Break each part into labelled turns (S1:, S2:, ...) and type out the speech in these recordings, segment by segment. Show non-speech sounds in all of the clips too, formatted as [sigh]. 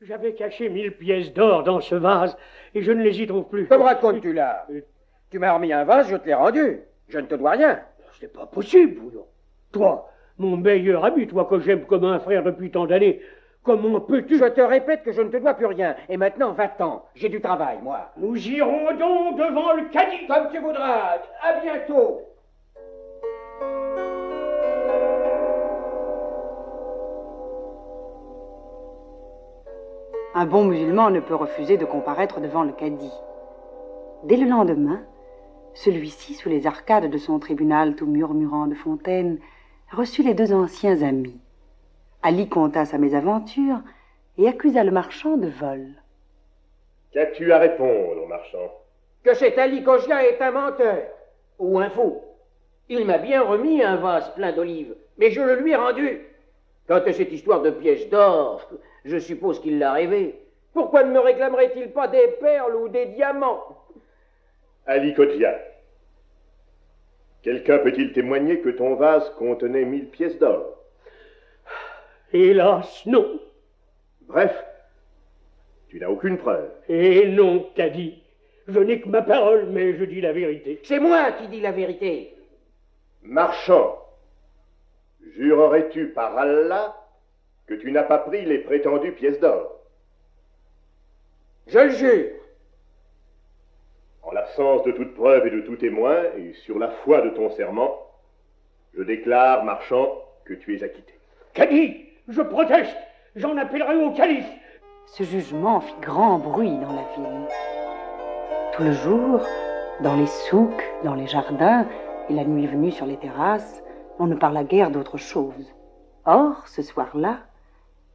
S1: J'avais caché mille pièces d'or dans ce vase et je ne les y trouve plus.
S2: Que me racontes-tu là Tu m'as remis un vase, je te l'ai rendu. Je ne te dois rien.
S1: C'est pas possible, voyons. Toi, mon meilleur ami, toi que j'aime comme un frère depuis tant d'années, comment peux-tu...
S2: Je te répète que je ne te dois plus rien. Et maintenant, va-t'en. J'ai du travail, moi.
S1: Nous irons donc devant le cadi.
S2: Comme tu voudras. À bientôt.
S3: Un bon musulman ne peut refuser de comparaître devant le cadi. Dès le lendemain, celui-ci, sous les arcades de son tribunal tout murmurant de fontaines, reçut les deux anciens amis. Ali conta sa mésaventure et accusa le marchand de vol.
S4: Qu'as-tu à répondre, marchand
S2: Que cet Ali Cogia est un menteur ou un fou. Il m'a bien remis un vase plein d'olives, mais je le lui ai rendu. Quant à cette histoire de pièces d'or, je suppose qu'il l'a rêvé. Pourquoi ne me réclamerait-il pas des perles ou des diamants
S4: Ali Kodja, quelqu'un peut-il témoigner que ton vase contenait mille pièces d'or
S1: Hélas, non.
S4: Bref, tu n'as aucune preuve.
S1: Et Eh non, Cadi. Je n'ai que ma parole, mais je dis la vérité.
S2: C'est moi qui dis la vérité.
S4: Marchand, jurerais-tu par Allah que tu n'as pas pris les prétendues pièces d'or
S2: Je le jure.
S4: En l'absence de toute preuve et de tout témoin, et sur la foi de ton serment, je déclare, marchand, que tu es acquitté.
S1: Cadi, je proteste. J'en appellerai au calife.
S3: Ce jugement fit grand bruit dans la ville. Tout le jour, dans les souks, dans les jardins, et la nuit venue sur les terrasses, on ne parla guère d'autre chose. Or, ce soir-là,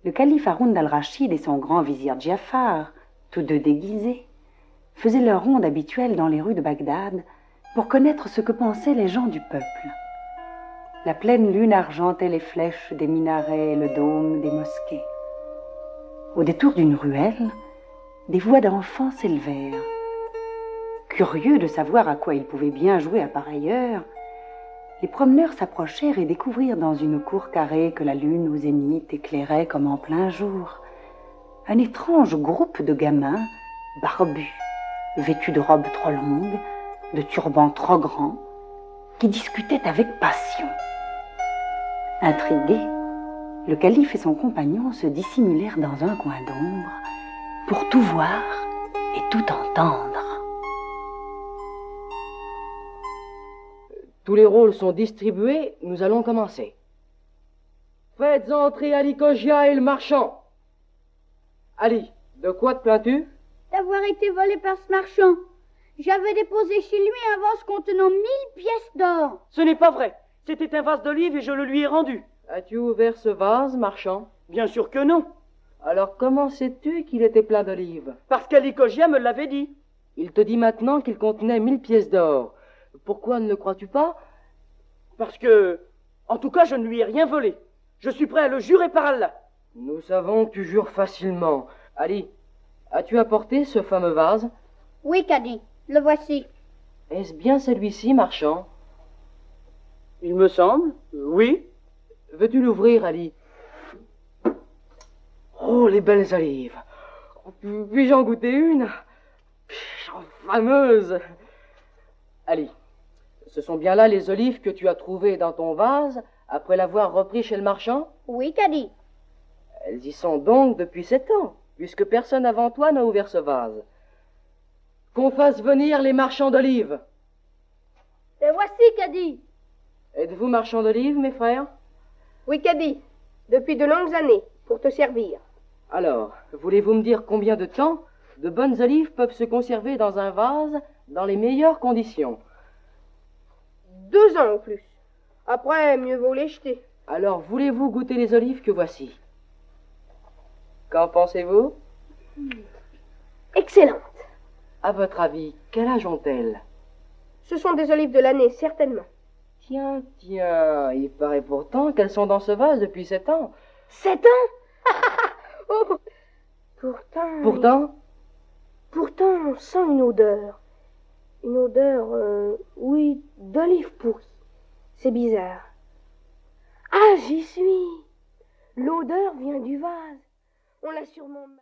S3: le calife Haroun d'Al-Rachid et son grand vizir Giafar, tous deux déguisés, faisaient leur ronde habituelle dans les rues de Bagdad pour connaître ce que pensaient les gens du peuple. La pleine lune argentait les flèches des minarets et le dôme des mosquées. Au détour d'une ruelle, des voix d'enfants s'élevèrent. Curieux de savoir à quoi ils pouvaient bien jouer à pareille heure, les promeneurs s'approchèrent et découvrirent dans une cour carrée que la lune au zénith éclairait comme en plein jour un étrange groupe de gamins barbus, vêtus de robes trop longues, de turbans trop grands, qui discutaient avec passion. Intrigués, le calife et son compagnon se dissimulèrent dans un coin d'ombre pour tout voir et tout entendre.
S5: Tous les rôles sont distribués, nous allons commencer. Faites entrer Ali Cogia et le marchand. Ali, de quoi te plains-tu
S6: D'avoir été volé par ce marchand. J'avais déposé chez lui un vase contenant mille pièces d'or.
S7: Ce n'est pas vrai. C'était un vase d'olive et je le lui ai rendu.
S5: As-tu ouvert ce vase, marchand
S7: Bien sûr que non,
S5: Alors comment sais-tu qu'il était plein d'olives
S7: parce qu'Ali Cogia me l'avait dit.
S5: Il te dit maintenant qu'il contenait mille pièces d'or. Pourquoi ne le crois-tu pas
S7: Parce que, en tout cas, je ne lui ai rien volé. Je suis prêt à le jurer par Allah.
S5: Nous savons que tu jures facilement. Ali, as-tu apporté ce fameux vase
S6: Oui, Caddy, le voici.
S5: Est-ce bien celui-ci, marchand
S7: Il me semble, euh, oui.
S5: Veux-tu l'ouvrir, Ali Oh, les belles olives Puis-je en goûter une J'en fameuse Ali, ce sont bien là les olives que tu as trouvées dans ton vase après l'avoir repris chez le marchand
S6: Oui, Caddy.
S5: Elles y sont donc depuis sept ans, puisque personne avant toi n'a ouvert ce vase. Qu'on fasse venir les marchands d'olives.
S6: Le voici, Caddy.
S5: Êtes-vous marchands d'olives, mes frères
S8: Oui, Caddy, depuis de longues années, pour te servir.
S5: Alors, voulez-vous me dire combien de temps de bonnes olives peuvent se conserver dans un vase dans les meilleures conditions
S8: Deux ans en plus. Après, mieux vaut les jeter.
S5: Alors, voulez-vous goûter les olives que voici Qu'en pensez-vous
S8: Excellent.
S5: À votre avis, quel âge ont-elles
S8: Ce sont des olives de l'année, certainement.
S5: Tiens, tiens, il paraît pourtant qu'elles sont dans ce vase depuis sept ans.
S8: Sept ans [laughs] Oh Pourtant.
S5: Pourtant,
S8: Pourtant, on sent une odeur. Une odeur, euh, oui, d'olive pourrie. C'est bizarre. Ah, j'y suis L'odeur vient du vase. On l'a sûrement...